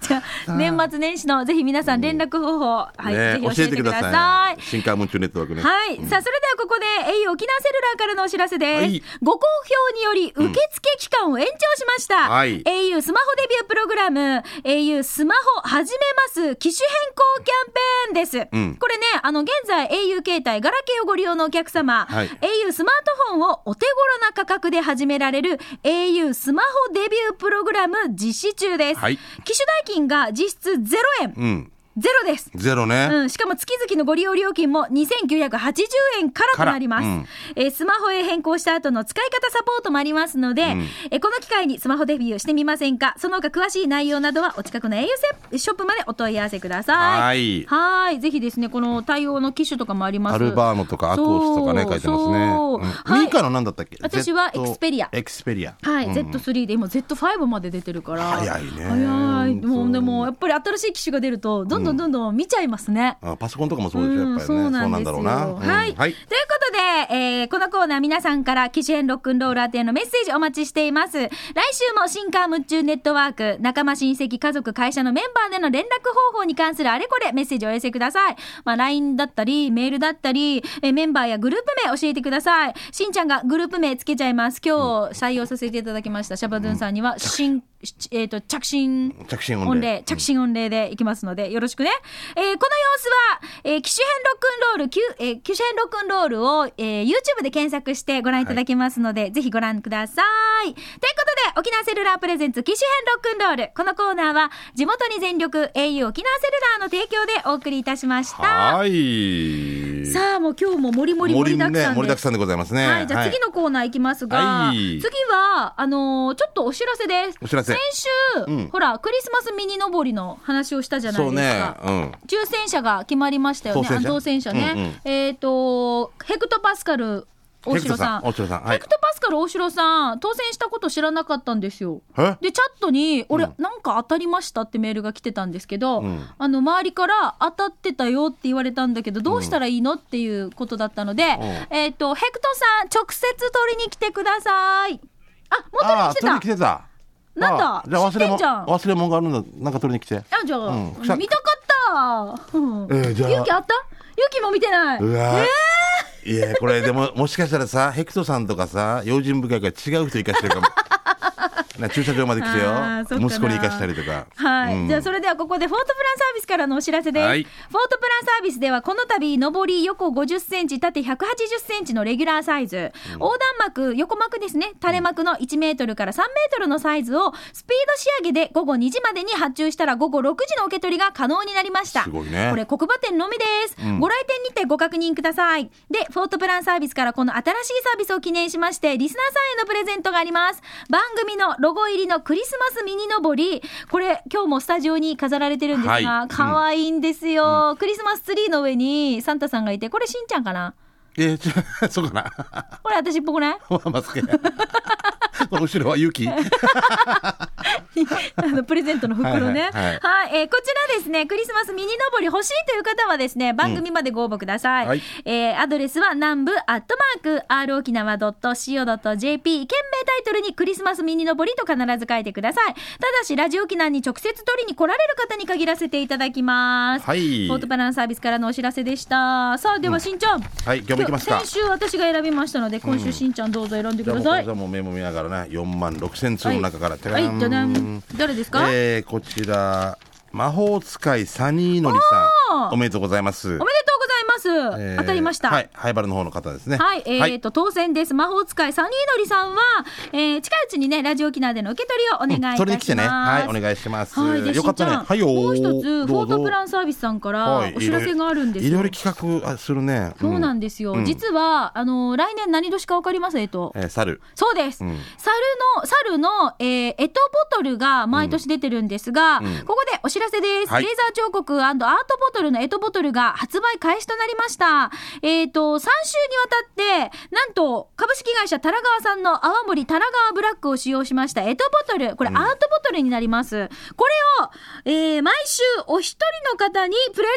[SPEAKER 1] じゃあ年末年始のぜひ皆さん連絡方法、はい、ぜ
[SPEAKER 2] ね
[SPEAKER 1] ひ教えてください。
[SPEAKER 2] 新刊文中ネットワークね。
[SPEAKER 1] はい。さあ、それではここで、au 沖縄セルラーからのお知らせです。
[SPEAKER 2] はい
[SPEAKER 1] ご好評により、受付期間を延長しました。
[SPEAKER 2] はい
[SPEAKER 1] au スマホデビュープログラム、au スマホ始めます、機種変更キャンペーンです。
[SPEAKER 2] うん
[SPEAKER 1] これね、あの、現在 au 携帯、ガラケーをご利用のお客様、
[SPEAKER 2] はい
[SPEAKER 1] au スマートフォンをお手頃な価格で始められる au スマホデビュープログラム実施中です。
[SPEAKER 2] はい
[SPEAKER 1] 機種代金が実質0円。
[SPEAKER 2] うん。
[SPEAKER 1] ゼロです。
[SPEAKER 2] ゼロね。
[SPEAKER 1] うん、しかも月々のご利用料金も2980円からとなります、
[SPEAKER 2] からうん
[SPEAKER 1] えースマホへ変更した後の使い方サポートもありますので、
[SPEAKER 2] ん
[SPEAKER 1] えーこの機会にスマホデビューしてみませんかその他詳しい内容などはお近くの au ショップまでお問い合わせください
[SPEAKER 2] はい
[SPEAKER 1] はーいぜひですねこの対応の機種とかもあります
[SPEAKER 2] アルバーノとかアクオスとかね
[SPEAKER 1] そう
[SPEAKER 2] 書いてますね。
[SPEAKER 1] そう
[SPEAKER 2] うん
[SPEAKER 1] はい
[SPEAKER 2] ミーカの何だったっけ？
[SPEAKER 1] 私は
[SPEAKER 2] Z-
[SPEAKER 1] Xperia
[SPEAKER 2] エクスペリア。
[SPEAKER 1] はい、
[SPEAKER 2] うん
[SPEAKER 1] Z3 で今 Z5 まで出てるから
[SPEAKER 2] 早いね
[SPEAKER 1] 早いも
[SPEAKER 2] 本
[SPEAKER 1] う
[SPEAKER 2] 当
[SPEAKER 1] でもやっぱり新しい機種が出るとどんどんどんどん見ちゃいますね、
[SPEAKER 2] あパソコンとかもそうでしょやっぱりね。
[SPEAKER 1] うんそうなん
[SPEAKER 2] だ
[SPEAKER 1] です
[SPEAKER 2] ろ
[SPEAKER 1] よ。
[SPEAKER 2] うな。うん
[SPEAKER 1] はい、ということで、えーこのコーナー皆さんから機種編ロックンローラーてへのメッセージお待ちしています。来週も新刊夢中ネットワーク、仲間親戚家族会社のメンバーでの連絡方法に関するあれこれメッセージをお寄せください。まあ LINE だったり、メールだったり、えーメンバーやグループ名教えてください。しんちゃんがグループ名つけちゃいます。今日採用させていただきましたシャバドゥンさんには、しん、えっ、と、着信。
[SPEAKER 2] 着信
[SPEAKER 1] 御
[SPEAKER 2] 音
[SPEAKER 1] 礼
[SPEAKER 2] で。、
[SPEAKER 1] 着信御礼でいきますので、よろしくね。えーこの様子は、えー機種編ロックンロール、きゅえー機種編ロックンロールを、えー YouTube で検索してご覧いただけますので、ぜひご覧ください。ということで、沖縄セルラープレゼンツ機種編ロックンロール。このコーナーは、地元に全力 au 沖縄セルラーの提供でお送りいたしました。
[SPEAKER 2] はい。
[SPEAKER 1] さあ、もう今日ももりもり盛りだくさん
[SPEAKER 2] ね盛り
[SPEAKER 1] で
[SPEAKER 2] だく
[SPEAKER 1] す。
[SPEAKER 2] さんでございますね。
[SPEAKER 1] はい、じゃあ次のコーナーいきますが、
[SPEAKER 2] はい
[SPEAKER 1] 次は、あのーちょっとお知らせです。
[SPEAKER 2] お知らせ
[SPEAKER 1] 先週、
[SPEAKER 2] うん
[SPEAKER 1] ほら、クリスマスミニ登りの話をしたじゃない
[SPEAKER 2] そ
[SPEAKER 1] で
[SPEAKER 2] う
[SPEAKER 1] す
[SPEAKER 2] ね
[SPEAKER 1] か。。
[SPEAKER 2] うん。
[SPEAKER 1] 抽選者が決まりましたよね。
[SPEAKER 2] 当選者
[SPEAKER 1] あ当選者ね。
[SPEAKER 2] うんうん
[SPEAKER 1] えっ、と、ヘクトパスカル大
[SPEAKER 2] ヘク
[SPEAKER 1] 城
[SPEAKER 2] ト
[SPEAKER 1] さん。
[SPEAKER 2] 大城さん。は
[SPEAKER 1] ヘ
[SPEAKER 2] い
[SPEAKER 1] ク。トパスカル大城さん、当選したこと知らなかったんですよ。
[SPEAKER 2] え
[SPEAKER 1] で、チャットに、俺、
[SPEAKER 2] うん
[SPEAKER 1] なんか当たりましたってメールが来てたんですけど、
[SPEAKER 2] うん
[SPEAKER 1] あの、周りから当たってたよって言われたんだけど、どうしたらいいのっていうことだったので、えっ、と、ヘクトさん、直接取りに来てください。あ、もう取りに
[SPEAKER 2] あ
[SPEAKER 1] 来て
[SPEAKER 2] 取り
[SPEAKER 1] た
[SPEAKER 2] に来てた。
[SPEAKER 1] なんだ
[SPEAKER 2] あじゃあ
[SPEAKER 1] 知
[SPEAKER 2] 忘
[SPEAKER 1] って
[SPEAKER 2] れ
[SPEAKER 1] ん
[SPEAKER 2] も
[SPEAKER 1] じゃん
[SPEAKER 2] 忘れ物があるんだ。なんか取りに来て。
[SPEAKER 1] あ、じゃあ、
[SPEAKER 2] うんくしゃ
[SPEAKER 1] 見たかった。うん
[SPEAKER 2] えーじゃあ。
[SPEAKER 1] 勇気あった勇気も見てないう
[SPEAKER 2] わ。いやこれでももしかしたらさヘクトさんとかさ用心深いから違う人生 かしてるかも。な駐車場まで来て
[SPEAKER 1] あーそっ
[SPEAKER 2] よ
[SPEAKER 1] かな
[SPEAKER 2] 息子に生かしたりとか。
[SPEAKER 1] はい、
[SPEAKER 2] うん
[SPEAKER 1] じゃあそれではここでフォートプランサービスからのお知らせです、
[SPEAKER 2] はい
[SPEAKER 1] フォートプランサービスではこの度上り横50センチ縦180センチのレギュラーサイズ、横断幕横幕ですね垂れ幕の1メートルから3メートルのサイズをスピード仕上げで午後2時までに発注したら午後6時の受け取りが可能になりました
[SPEAKER 2] すごいね
[SPEAKER 1] これ黒馬店のみです、
[SPEAKER 2] うん
[SPEAKER 1] ご来店にてご確認くださいでフォートプランサービスからこの新しいサービスを記念しましてリスナーさんへのプレゼントがあります番組のロゴ入りのクリスマスミニのぼりこれ今日もスタジオに飾られてるんです
[SPEAKER 2] は
[SPEAKER 1] が
[SPEAKER 2] い
[SPEAKER 1] 可愛、い、んですよ、クリスマスツリーの上にサンタさんがいてこれしんちゃんかな
[SPEAKER 2] えーちょ そうかな。
[SPEAKER 1] これ私っぽくない
[SPEAKER 2] まあ まさか。この後ろは勇 気。
[SPEAKER 1] あのプレゼントの袋ね。
[SPEAKER 2] はいはいはい
[SPEAKER 1] はい、えーこちらですね、クリスマスミニのぼり欲しいという方はですね、番組までご応募ください。
[SPEAKER 2] うんはい
[SPEAKER 1] えーアドレスは南部アットマーク、r 沖縄 .co.jp、件名タイトルにクリスマスミニのぼりと必ず書いてください。ただし、ラジオ沖縄に直接取りに来られる方に限らせていただきます。
[SPEAKER 2] はい
[SPEAKER 1] ポートパランサービスからのお知らせでした。さあ、ではしんちゃん。
[SPEAKER 2] はい今日も行きますか
[SPEAKER 1] 先週私が選びましたので、今週しんちゃんどうぞ選んで
[SPEAKER 2] じ
[SPEAKER 1] く
[SPEAKER 2] ゃ
[SPEAKER 1] だ
[SPEAKER 2] あもうこ
[SPEAKER 1] さ
[SPEAKER 2] れ
[SPEAKER 1] い。
[SPEAKER 2] じゃあもうメモ見ながらからね4万6000通の中からて
[SPEAKER 1] は
[SPEAKER 2] ら
[SPEAKER 1] い
[SPEAKER 2] ーん
[SPEAKER 1] じゃだん誰ですか、
[SPEAKER 2] えー、こちら魔法使いサニーのりさん
[SPEAKER 1] おー
[SPEAKER 2] おめでとうございます
[SPEAKER 1] おめでとうございます、
[SPEAKER 2] えー
[SPEAKER 1] 当たりました、
[SPEAKER 2] はいハイバルの方の方ですね
[SPEAKER 1] はい、えーっと、当選です。魔法使いサニーのりさんは、えー近いうちにね、ラジオ沖縄での受け取りをお願いいたします。
[SPEAKER 2] それに来てねはいお願いします、
[SPEAKER 1] はい、で
[SPEAKER 2] よかったね
[SPEAKER 1] しんちゃん
[SPEAKER 2] はいよー
[SPEAKER 1] もう一つ、フ
[SPEAKER 2] ど
[SPEAKER 1] ォ
[SPEAKER 2] う
[SPEAKER 1] ー
[SPEAKER 2] ぞ
[SPEAKER 1] トプランサービスさんから
[SPEAKER 2] はい
[SPEAKER 1] お知らせがあるんです
[SPEAKER 2] い
[SPEAKER 1] よ。
[SPEAKER 2] ろいろ企画あするね
[SPEAKER 1] そうなんんですよ。
[SPEAKER 2] うん
[SPEAKER 1] 実は、あの来年何年かわかりますえっと。
[SPEAKER 2] えー、猿
[SPEAKER 1] そうです、
[SPEAKER 2] うん
[SPEAKER 1] 猿の猿の、えー、エトボトルが毎年出てるんですが、
[SPEAKER 2] うん
[SPEAKER 1] ここでお知らせです、
[SPEAKER 2] はい
[SPEAKER 1] レーザー彫刻アートボトルのエトボトルが発売開始となりましたえっ、と3週にわたってなんと株式会社タラ川さんの泡盛タラ川ブラックを使用しましたエトボトルこれアートボトルになります、これを、えー毎週お一人の方にプレ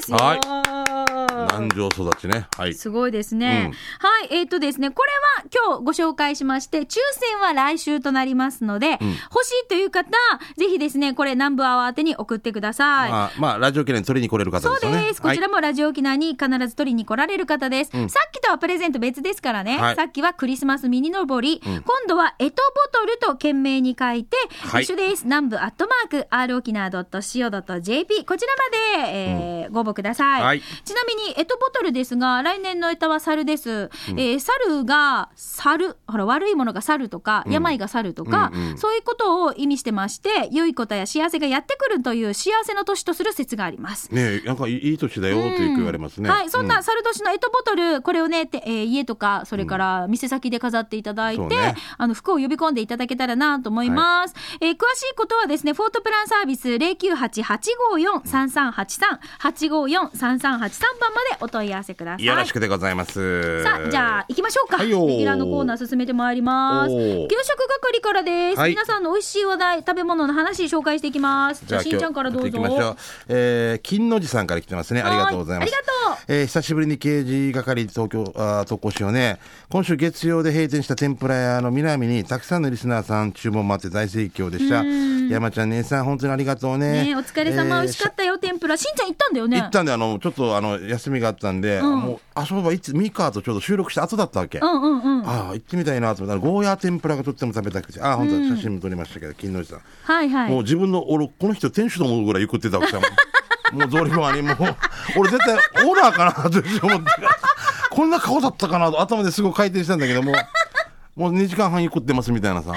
[SPEAKER 1] ゼントです
[SPEAKER 2] はい
[SPEAKER 1] よー
[SPEAKER 2] 南城育ちねはい
[SPEAKER 1] すごいですね。はい、えっ、とですね、これは今日ご紹介しまして、抽選は来週となりますので、欲しいという方、ぜひですね、これ南部アワー宛てに送ってください。
[SPEAKER 2] まあ、まあ、ラジオ記念取りに来れる方
[SPEAKER 1] そう
[SPEAKER 2] ですよね
[SPEAKER 1] です。こちらもラジオ沖縄に必ず取りに来られる方です。さっきとはプレゼント別ですからね。
[SPEAKER 2] はい
[SPEAKER 1] さっきはクリスマスミニのぼり、今度はエトボトルと懸命に書いて、
[SPEAKER 2] はい
[SPEAKER 1] 一緒です。南部アットマーク、r 沖縄 .co.jp、こちらまで、えーご応募ください,、
[SPEAKER 2] はい
[SPEAKER 1] ちなみに、エトボトルですが、来年のエタは猿です。えー猿が猿、ほら、悪いものが猿とか、病が猿とか、
[SPEAKER 2] うんうん
[SPEAKER 1] そういうことを意味してまして、良いことや幸せがやってくるという幸せの年とする説があります。
[SPEAKER 2] ねえなんかいいいい年だよってよく言われますね、
[SPEAKER 1] はい、そん
[SPEAKER 2] う
[SPEAKER 1] な猿年のエトボトル、これをね、てえー家とか、それから店先で飾っていただいて、
[SPEAKER 2] そうね
[SPEAKER 1] あの服を呼び込んでいただけたらなと思います、えー詳しいことはですね、フォートプランサービス0988543383、8543383番までお問い合わせください。
[SPEAKER 2] よろしくでございます
[SPEAKER 1] さあ、じゃあ、行きましょうか。
[SPEAKER 2] はいよー
[SPEAKER 1] レギュラーのコーナー進めてまいります。
[SPEAKER 2] お
[SPEAKER 1] 給
[SPEAKER 2] ー
[SPEAKER 1] 食係からです。
[SPEAKER 2] はい
[SPEAKER 1] 皆さんの美味しい話題、食べ物の話紹介していきます。じゃあ、しんちゃんからどう
[SPEAKER 2] 行っていきましょ
[SPEAKER 1] ぞ
[SPEAKER 2] う。。えー、金の字さんから来てますね。ありがとうございま
[SPEAKER 1] は
[SPEAKER 2] す。
[SPEAKER 1] いありがとう
[SPEAKER 2] えー久しぶりに刑事係東京、あー投稿しようね。今週月曜で閉店した天ぷら屋の南に、たくさんのリスナーさん注文もあって大盛況でした。山ちゃん、姉さん、本当にありがとうね。
[SPEAKER 1] ねえお疲れ様、美味しかったよ、天ぷら。しんちゃん行ったんだよね。
[SPEAKER 2] 行ったんで、あの、ちょっと、あの、休みがあったんで、
[SPEAKER 1] ん
[SPEAKER 2] もう、あ、そういえば、いつ、ミカとちょうど収録した後だったわけ。
[SPEAKER 1] うんうんうん。
[SPEAKER 2] ああ、行ってみたいなと思ったら、ゴーヤー天ぷらがとっても食べたくて、ああ、本当だ写真も撮りましたけど、金の字さん。
[SPEAKER 1] はいは
[SPEAKER 2] もう
[SPEAKER 1] い。
[SPEAKER 2] 自分の、俺、この人店主と思うぐらい食ってたわけだも ん。もうどうにもあり、もう、俺絶対オーナーかなって思って、こんな顔だったかなと頭ですごい回転したんだけども、もう2時間半食ってますみたいなさ。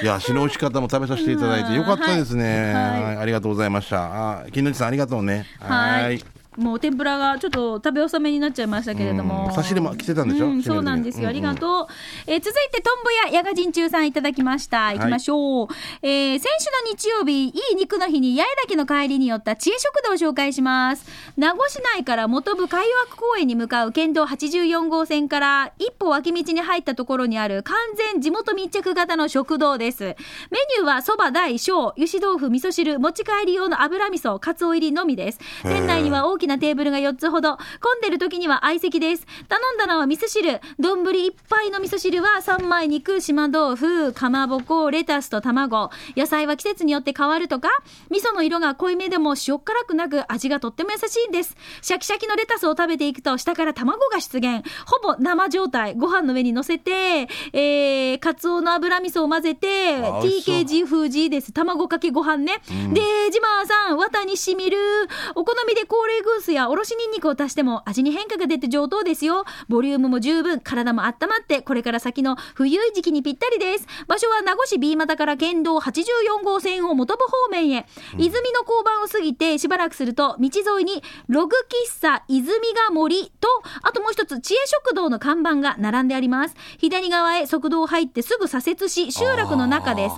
[SPEAKER 2] いや、死の美味しかったも食べさせていただいてよかったですね。
[SPEAKER 1] はい
[SPEAKER 2] はいありがとうございました。あー金の内さんありがとうね。
[SPEAKER 1] はい。もう天ぷらがちょっと食べ納めになっちゃいましたけれど
[SPEAKER 2] う
[SPEAKER 1] も。
[SPEAKER 2] ん差し入れも来てたんでしょ
[SPEAKER 1] うんそうなんですよ。あ
[SPEAKER 2] 締
[SPEAKER 1] り
[SPEAKER 2] めの
[SPEAKER 1] が
[SPEAKER 2] 時に
[SPEAKER 1] とう。えー続いて、トンボやヤガジン中さんいただきました。いきましょう。えー先週の日曜日、いい肉の日に八重岳の帰りに寄った知恵食堂を紹介します。名護市内から元部海枠公園に向かう県道84号線から一歩脇道に入ったところにある完全地元密着型の食堂です。メニューはそば大小、油脂豆腐、味噌汁、持ち帰り用の油味噌、カツオ入りのみです。店内には大きなテーブルが4つほど、混んでる時には相席です。頼んだのは味噌汁。丼いっぱいの味噌汁は3枚肉、島豆腐、かまぼこ、レタスと卵。野菜は季節によって変わるとか、味噌の色が濃いめでも塩辛くなく味がとっても優しいんです。シャキシャキのレタスを食べていくと下から卵が出現。ほぼ生状態。ご飯の上に乗せて、えー、カツオの油味噌を混ぜて、
[SPEAKER 2] あ美味しそう
[SPEAKER 1] TKG 風じです。卵かけご飯ね。で、ジマーさん、綿にしみる。お好みで高麗グースやおろしにんにくを足しても味に変化が出て上等ですよ。ボリュームも十分、体も温まって、これから先の冬時期にぴったりです。場所は名護市 B 股から県道84号線を元部方面へ。泉の交番を過ぎてしばらくすると、道沿いにログ喫茶泉が森と、あともう一つ知恵食堂の看板が並んであります。左側へ側道を入ってすぐ左折し、集落の中です。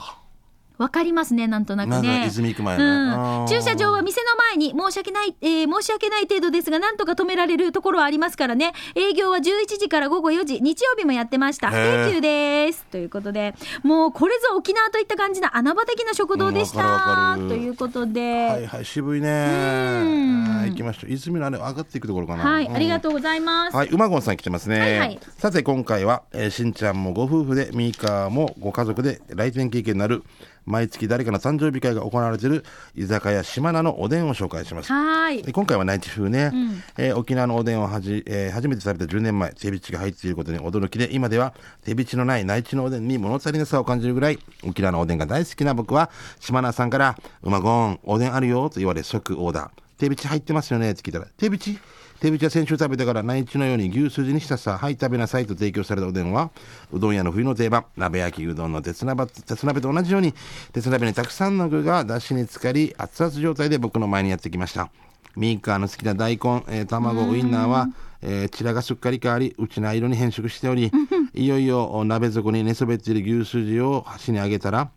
[SPEAKER 1] わかりますね、なんとなく
[SPEAKER 2] なん
[SPEAKER 1] ね。
[SPEAKER 2] か泉行く前ね
[SPEAKER 1] うん
[SPEAKER 2] あー
[SPEAKER 1] 駐車場は店の前に、申し訳ない、えー申し訳ない程度ですが、なんとか止められるところはありますからね。営業は11時から午後4時、日曜日もやってました。不
[SPEAKER 2] へー
[SPEAKER 1] 定休です。ということで、もうこれぞ沖縄といった感じの穴場的な食堂でし
[SPEAKER 2] うんわか
[SPEAKER 1] た。
[SPEAKER 2] るわかる
[SPEAKER 1] ということで、
[SPEAKER 2] はいはい、渋いね。
[SPEAKER 1] ん
[SPEAKER 2] はい行きまました。泉のあれ上がっていくところかな。
[SPEAKER 1] はい、
[SPEAKER 2] うん
[SPEAKER 1] ありがとうございます。
[SPEAKER 2] はい、馬ゴンさん来てますね。
[SPEAKER 1] はいはい
[SPEAKER 2] さて今回は、えーしんちゃんもご夫婦で、ミーカーもご家族で来店経験のある、毎月誰かの誕生日会が行われている居酒屋島名のおでんを紹介します。
[SPEAKER 1] はーい。
[SPEAKER 2] で今回は内地風ね、えー沖縄のおでんをはじ、えー初めて食べた10年前手びちが入っていることに驚きで今では手びちのない内地のおでんに物足りなさを感じるぐらい沖縄のおでんが大好きな僕は島名さんから「うまごんおでんあるよ」と言われ即オーダー「手びち入ってますよね」って聞いたら「手びち手びちは先週食べたから内地のように牛すじにしたさはい食べなさいと提供されたおでんはうどん屋の冬の定番鍋焼きうどんの鉄鍋鉄鍋と同じように鉄鍋にたくさんの具が出汁に浸かり熱々状態で僕の前にやってきましたミーカーの好きな大根、えー卵ウインナーは、えーチラがすっかり変わりうちな色に変色しておりいよいよお鍋底に寝そべっている牛すじを箸にあげたら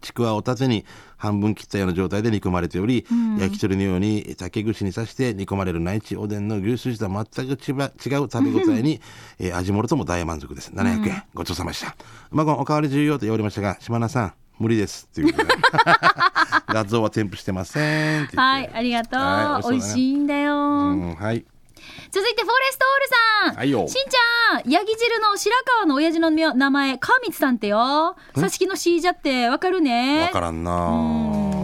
[SPEAKER 2] ちくわを縦に半分切ったような状態で煮込まれており、焼き鳥のように竹串に刺して煮込まれる内地おでんの牛すじとは全くちば違う食べ応えに、えー味もろとも大満足です700円、ごちそうさまでしたうまごんおかわり重要と言われましたが島名さん無理ですっていうことで画像は添付してませんって言って
[SPEAKER 1] はい、ありがとう。
[SPEAKER 2] はい
[SPEAKER 1] 美
[SPEAKER 2] 美味
[SPEAKER 1] 味
[SPEAKER 2] しそうだ
[SPEAKER 1] し
[SPEAKER 2] ね
[SPEAKER 1] いんだよ。
[SPEAKER 2] うん、はい。
[SPEAKER 1] 続いてフォレストオールさん、
[SPEAKER 2] はいよ
[SPEAKER 1] しんちゃんヤギ汁の白川の親父の名前川光さんってよさしきのしーじゃってわかるね
[SPEAKER 2] わからんな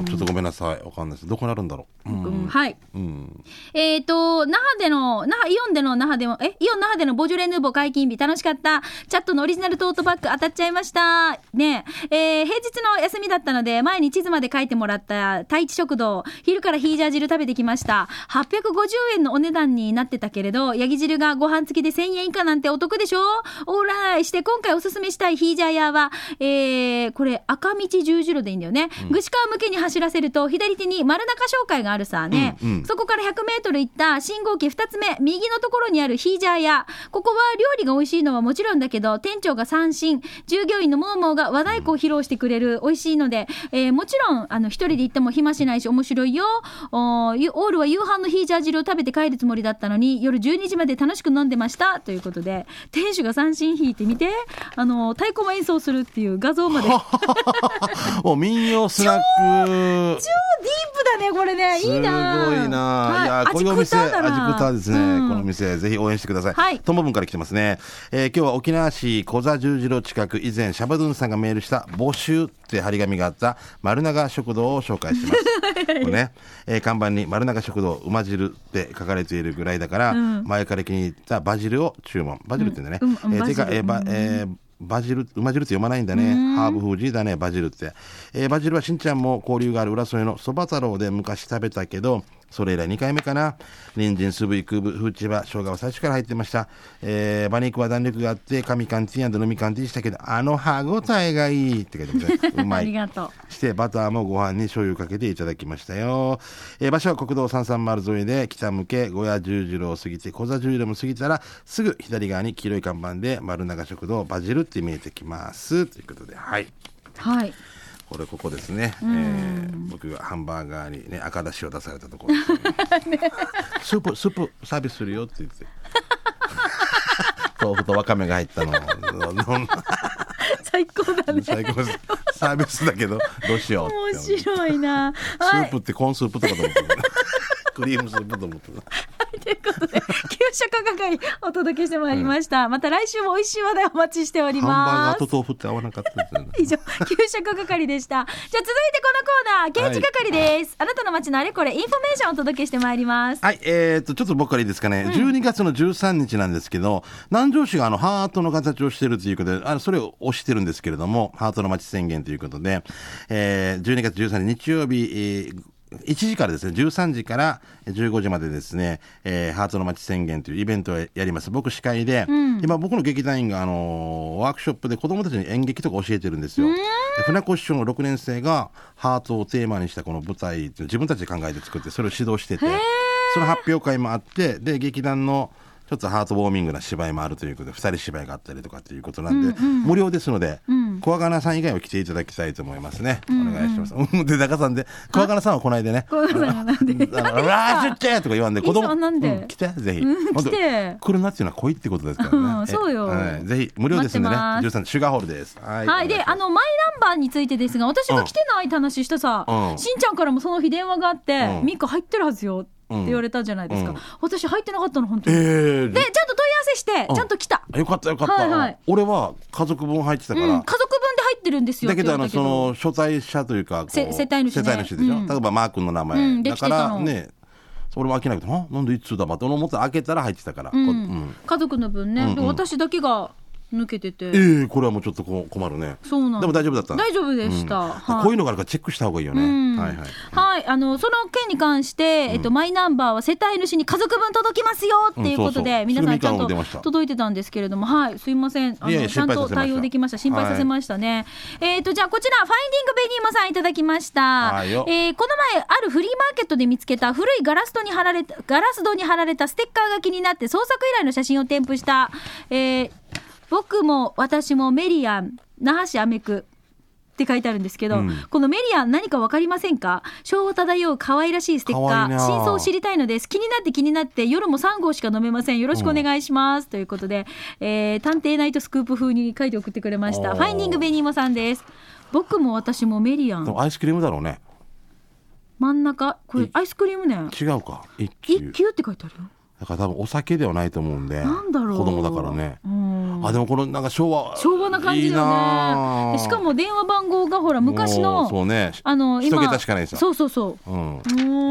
[SPEAKER 2] あちょっとごめんなさい。わかんないです。どこにあるんだろう。うん。
[SPEAKER 1] うん、はい
[SPEAKER 2] うん。
[SPEAKER 1] えっ、と、那覇での、那覇、イオンでの那覇でも、え、イオン那覇でのボジョレ・ヌーボー解禁日楽しかった。チャットのオリジナルトートバッグ当たっちゃいました。ねえ、えー平日の休みだったので、前に地図まで書いてもらった太一食堂、昼からヒージャー汁食べてきました。850円のお値段になってたけれど、ヤギ汁がご飯付きで1000円以下なんてお得でしょオーライして今回おすすめしたいヒージャー屋は、えー、これ赤道十字路でいいんだよね。ぐし川向けに走らせると、左手に丸中商会があるさね。
[SPEAKER 2] うんうん
[SPEAKER 1] そこから100メートル行った信号機2つ目、右のところにあるヒージャー屋。ここは料理が美味しいのはもちろんだけど、店長が三振、従業員のモーモーが和太鼓を披露してくれる、美味しいので、えーもちろん、あの、一人で行っても暇しないし面白いよ。おーゆオールは夕飯のヒージャー汁を食べて帰るつもりだったのに、夜12時まで楽しく飲んでました。ということで、店主が三振弾いてみて、あの、太鼓も演奏するっていう画像まで。超ディー
[SPEAKER 2] お、民謡スナック。
[SPEAKER 1] プだね、これね。いいな
[SPEAKER 2] すごいな、、
[SPEAKER 1] はいい、
[SPEAKER 2] やーこういうお
[SPEAKER 1] 味食っ
[SPEAKER 2] 店
[SPEAKER 1] たんだな
[SPEAKER 2] 味クターですね、
[SPEAKER 1] うん
[SPEAKER 2] このお店ぜひ応援してください、
[SPEAKER 1] はい
[SPEAKER 2] ともぶんから来てますね、えー今日は沖縄市小座十字路近く以前シャバドゥンさんがメールした募集って張り紙があった丸永食堂を紹介します これね、えー看板に丸永食堂馬汁って書かれているぐらいだから、前から気に入ったバジルを注文バジルって言うんだね、
[SPEAKER 1] うんうん
[SPEAKER 2] えーてか
[SPEAKER 1] バジル
[SPEAKER 2] えーばえーバジル、馬汁って読まないんだね。ハーブフージーだね、バジルって。えーバジルはしんちゃんも交流がある浦添のそば太郎で昔食べたけど、それ以来2回目かな。人参、すぶい、くぶ、フーチバ、生姜は最初から入ってました。えー馬肉は弾力があって、紙缶ティー飲み缶ティーしたけど、あの歯応えがいいって書いてます ね。うま
[SPEAKER 1] あ
[SPEAKER 2] い。
[SPEAKER 1] りがとう。
[SPEAKER 2] してバターもご飯に醤油かけていただきましたよ、えー場所は国道330沿いで北向け小屋十字路を過ぎて小座十字路も過ぎたらすぐ左側に黄色い看板で丸長食堂バジルって見えてきますということではい
[SPEAKER 1] はい。
[SPEAKER 2] これここですね、えー僕がハンバーガーに、ね、赤だしを出されたところ、スープスープサービスするよって言って豆腐とわかめが入ったのを
[SPEAKER 1] 最高だね。
[SPEAKER 2] 最高ですサービスだけどどうしようって思って
[SPEAKER 1] 面白い な。
[SPEAKER 2] ス
[SPEAKER 1] は
[SPEAKER 2] ー
[SPEAKER 1] い
[SPEAKER 2] プ。ってコーンスープとかと思っ てたクリームスープと思ってた
[SPEAKER 1] ということで、給食係お届けしてまいりました。また来週も美味しい話題お待ちしており
[SPEAKER 2] ハンバー
[SPEAKER 1] ま
[SPEAKER 2] ガー
[SPEAKER 1] す
[SPEAKER 2] と。豆腐って合わなかったですよね
[SPEAKER 1] 以上、給食係でした。じゃあ続いてこのコーナー、現地係です。あなたの街のあれこれ、インフォメーションをお届けしてまいります。
[SPEAKER 2] はい、えー、と、ちょっと僕からいいですかね。12月の13日なんですけど、南城市があの、ハートの形をしてるということで、あの、それを推してるんですけれども、ハートの街宣言ということで、えー、12月13日日曜日、えー1時からですね、13時から15時までですね、えーハートの街宣言というイベントをやります。僕司会で、今僕の劇団員が、あのーワークショップで子供たちに演劇とか教えてるんですよ。船越師匠の6年生が、ハートをテーマにしたこの舞台、自分たちで考えて作って、それを指導してて、その発表会もあって、で、劇団の、ちょっとハートウォーミングな芝居もあるということで、二人芝居があったりとかっていうことなんで、無料ですので、小アガナさん以外は来ていただきたいと思いますね。お願いします。で、中さんで、小アガナさんはこの間ね、
[SPEAKER 1] ごめんなさい、なんで。
[SPEAKER 2] あのラージュッチェとか言わんで、子
[SPEAKER 1] い
[SPEAKER 2] 供、
[SPEAKER 1] いじゃんなんで
[SPEAKER 2] うん来て、ぜひ。
[SPEAKER 1] うん
[SPEAKER 2] 本当
[SPEAKER 1] 来て
[SPEAKER 2] 来るなっていうのは恋ってことですか
[SPEAKER 1] う
[SPEAKER 2] ら
[SPEAKER 1] ん
[SPEAKER 2] ね。
[SPEAKER 1] そうよ
[SPEAKER 2] えはいぜひ、無料ですんでね、
[SPEAKER 1] 待って
[SPEAKER 2] 13シュガーホールです。は
[SPEAKER 1] はい、
[SPEAKER 2] お願
[SPEAKER 1] で、
[SPEAKER 2] します
[SPEAKER 1] あの、マイナンバーについてですが、私が来てないって話したさ、
[SPEAKER 2] うん
[SPEAKER 1] しんちゃんからもその日電話があって、
[SPEAKER 2] うん
[SPEAKER 1] ミカ入ってるはずよってって言われたじゃないですか、
[SPEAKER 2] うん
[SPEAKER 1] 私入ってなかったの本当
[SPEAKER 2] え
[SPEAKER 1] に、
[SPEAKER 2] ー
[SPEAKER 1] でちゃんと問い合わせして
[SPEAKER 2] ん
[SPEAKER 1] ちゃんと来た、
[SPEAKER 2] よかったよかった、
[SPEAKER 1] はいはい
[SPEAKER 2] 俺は家族分入ってた
[SPEAKER 1] うん、
[SPEAKER 2] か
[SPEAKER 1] 家
[SPEAKER 2] ら、
[SPEAKER 1] 族分で入ってるんですよ
[SPEAKER 2] だ
[SPEAKER 1] って
[SPEAKER 2] け
[SPEAKER 1] 言
[SPEAKER 2] ど
[SPEAKER 1] われ
[SPEAKER 2] あの
[SPEAKER 1] たけど
[SPEAKER 2] その所在者というかこう
[SPEAKER 1] せ世帯主ね
[SPEAKER 2] 世帯主でしょ、
[SPEAKER 1] うん
[SPEAKER 2] 例えばマー君の名前、
[SPEAKER 1] うんで
[SPEAKER 2] だ
[SPEAKER 1] きてた
[SPEAKER 2] か
[SPEAKER 1] の
[SPEAKER 2] らね俺も飽きなくてあなんでいつだばって俺思って開けたら入ってたから、こううん
[SPEAKER 1] 家族の分ね、
[SPEAKER 2] うんうん
[SPEAKER 1] で私だけが抜けてて、
[SPEAKER 2] ええこれはもうちょっとこう困るね
[SPEAKER 1] そうなん
[SPEAKER 2] でも大丈夫だった
[SPEAKER 1] 大丈夫でした、
[SPEAKER 2] うん
[SPEAKER 1] はい
[SPEAKER 2] こういうのがあるからチェックした方がいいよね、
[SPEAKER 1] うん
[SPEAKER 2] はいはい
[SPEAKER 1] はい、あのその件に関して、えっと、マイナンバーは世帯主に家族分届きますよっていうことで、
[SPEAKER 2] うんそうそ
[SPEAKER 1] 皆
[SPEAKER 2] う
[SPEAKER 1] さんちゃん
[SPEAKER 2] それみかんも
[SPEAKER 1] と
[SPEAKER 2] 出ました
[SPEAKER 1] 届いてたんですけれども、はい、すいません、あの
[SPEAKER 2] いやいや
[SPEAKER 1] ちゃんと
[SPEAKER 2] 心配させました
[SPEAKER 1] 対応できました、心配させましたね。えっとじゃあ、こちら、ファインディングベニーマさんいただきました、
[SPEAKER 2] はい
[SPEAKER 1] え
[SPEAKER 2] よ
[SPEAKER 1] ーこの前、あるフリーマーケットで見つけた、古いガラス戸に貼られたガラス戸に貼られたステッカーが気になって、創作依頼の写真を添付した、えー僕も私もメリアン、那覇市アメ区。って書いてあるんですけど、
[SPEAKER 2] うん
[SPEAKER 1] このメリアン何かわかりませんか昭和漂う可愛らしいステッ
[SPEAKER 2] 可
[SPEAKER 1] カー
[SPEAKER 2] 愛いな
[SPEAKER 1] 真相を知りたいのです気になって気になって夜も3号しか飲めませんよろしくお願いします、ということで、えー探偵ナイトスクープ風に書いて送ってくれました
[SPEAKER 2] おー
[SPEAKER 1] ファインディングベニーマさんです僕も私もメリア
[SPEAKER 2] で
[SPEAKER 1] ン
[SPEAKER 2] もアイスクリームだろうね
[SPEAKER 1] 真ん中これ
[SPEAKER 2] い
[SPEAKER 1] アイスクリームね
[SPEAKER 2] 違うか一
[SPEAKER 1] 一
[SPEAKER 2] 級
[SPEAKER 1] 級って書いてあるよ
[SPEAKER 2] だから多分お酒ではないと思うんで
[SPEAKER 1] なんだろう
[SPEAKER 2] 子供だからね
[SPEAKER 1] うん
[SPEAKER 2] あでもこのなんか昭和
[SPEAKER 1] 昭和な感じだよ
[SPEAKER 2] いいな
[SPEAKER 1] ね
[SPEAKER 2] あ
[SPEAKER 1] でしかも電話番号がほら昔
[SPEAKER 2] もうそう
[SPEAKER 1] の
[SPEAKER 2] ね
[SPEAKER 1] あの今
[SPEAKER 2] 一桁しかないですよ
[SPEAKER 1] そうそうそう
[SPEAKER 2] うん
[SPEAKER 1] ん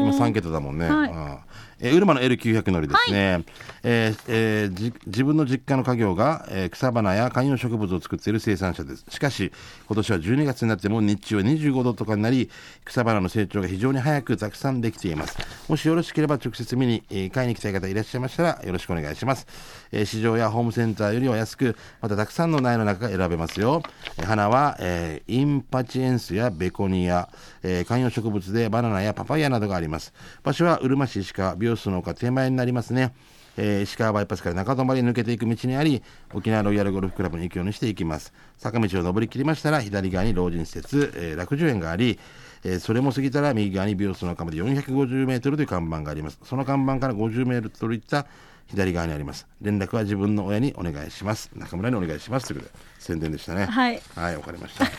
[SPEAKER 2] 今三桁だもんね。
[SPEAKER 1] はい
[SPEAKER 2] うんえーウルマの L900 乗りですね、えーえーじ自分の実家の家業が、えー草花や観葉植物を作っている生産者ですしかし今年は12月になっても日中は25度とかになり草花の成長が非常に早くたくさんできていますもしよろしければ直接見に、えー買いに来たい方いらっしゃいましたらよろしくお願いします、えー市場やホームセンターよりは安くまたたくさんの苗の中から選べますよえー花は、えーインパチエンスやベコニア、えー観葉植物でバナナやパパイヤなどがあります場所はうるま市石川美容室の丘手前になりますね、えー石川バイパスから中泊に抜けていく道にあり沖縄ロイヤルゴルフクラブに行くようにしていきます坂道を登り切りましたら左側に老人施設、えー楽寿園がありえーそれも過ぎたら右側に美容室の丘まで450メートルという看板がありますその看板から50メートルいった左側にあります連絡は自分の親にお願いします中村にお願いしますということで宣伝でしたね
[SPEAKER 1] はい
[SPEAKER 2] はいわかりました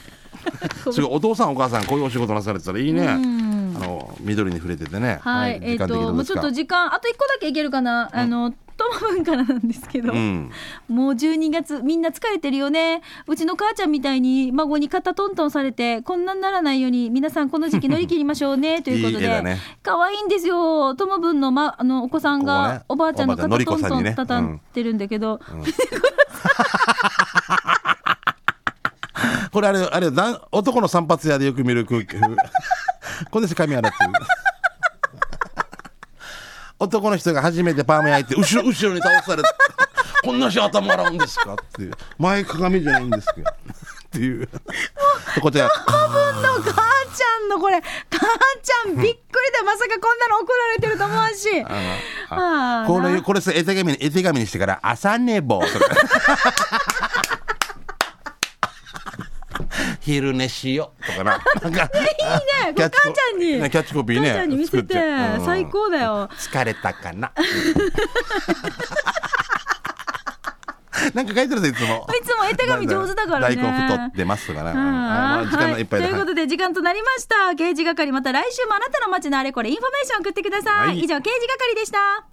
[SPEAKER 2] すごいお父さんお母さんこういうお仕事なされてたらいいねあの緑に触れててね
[SPEAKER 1] はい、えっ、
[SPEAKER 2] 時間的に
[SPEAKER 1] と、
[SPEAKER 2] どう
[SPEAKER 1] も
[SPEAKER 2] で
[SPEAKER 1] うちょ
[SPEAKER 2] す
[SPEAKER 1] っ
[SPEAKER 2] か
[SPEAKER 1] と時間、あと一個だけいけるかな、あの、トマ文からなんですけど、
[SPEAKER 2] ん
[SPEAKER 1] もう12月、みんな疲れてるよね。うちの母ちゃんみたいに、孫に肩トントンされて、こんなんならないように、皆さんこの時期乗り切りましょうね、ということ
[SPEAKER 2] いい絵だ
[SPEAKER 1] で
[SPEAKER 2] ね。
[SPEAKER 1] 可愛いんですよ、トマ文の、ま、あの、お子さん
[SPEAKER 2] ここ
[SPEAKER 1] が
[SPEAKER 2] ね、
[SPEAKER 1] おばあちゃんの肩
[SPEAKER 2] おばあちゃん
[SPEAKER 1] トン
[SPEAKER 2] のりこ
[SPEAKER 1] ト
[SPEAKER 2] さんに
[SPEAKER 1] ン
[SPEAKER 2] ね
[SPEAKER 1] 叩んてるんだけど、
[SPEAKER 2] これあれあれだん男の散髪屋でよく見る空気 これです髪洗ってる 男の人が初めてパーマ焼いて後ろ後ろに倒されて こんな人頭洗うんですかっていう前鏡じゃないんですけど っていうでこっちが
[SPEAKER 1] トマ文の母ちゃんのこれ、母ちゃんびっくりだよ、まさかこんなの怒られてると思わんし。あー
[SPEAKER 2] こ
[SPEAKER 1] な
[SPEAKER 2] れこれさ絵手紙に絵手紙にしてから朝寝坊とか 昼寝しようとかななんか
[SPEAKER 1] いいね、これ母ちゃんに。
[SPEAKER 2] ねキャッチコピーね
[SPEAKER 1] 母ちゃんに見せ
[SPEAKER 2] 作っててうん
[SPEAKER 1] 最高だよ。
[SPEAKER 2] 疲れたかな。 なんか書いてるぞいつも。
[SPEAKER 1] いつも絵手紙上手だからね
[SPEAKER 2] 大根太ってますとかね。
[SPEAKER 1] は
[SPEAKER 2] あ
[SPEAKER 1] い
[SPEAKER 2] ー時間のいっぱい
[SPEAKER 1] と
[SPEAKER 2] だ。
[SPEAKER 1] いうことで時間となりました刑事係また来週もあなたの街のあれこれインフォメーション送ってください、
[SPEAKER 2] はい
[SPEAKER 1] 以上刑事係でした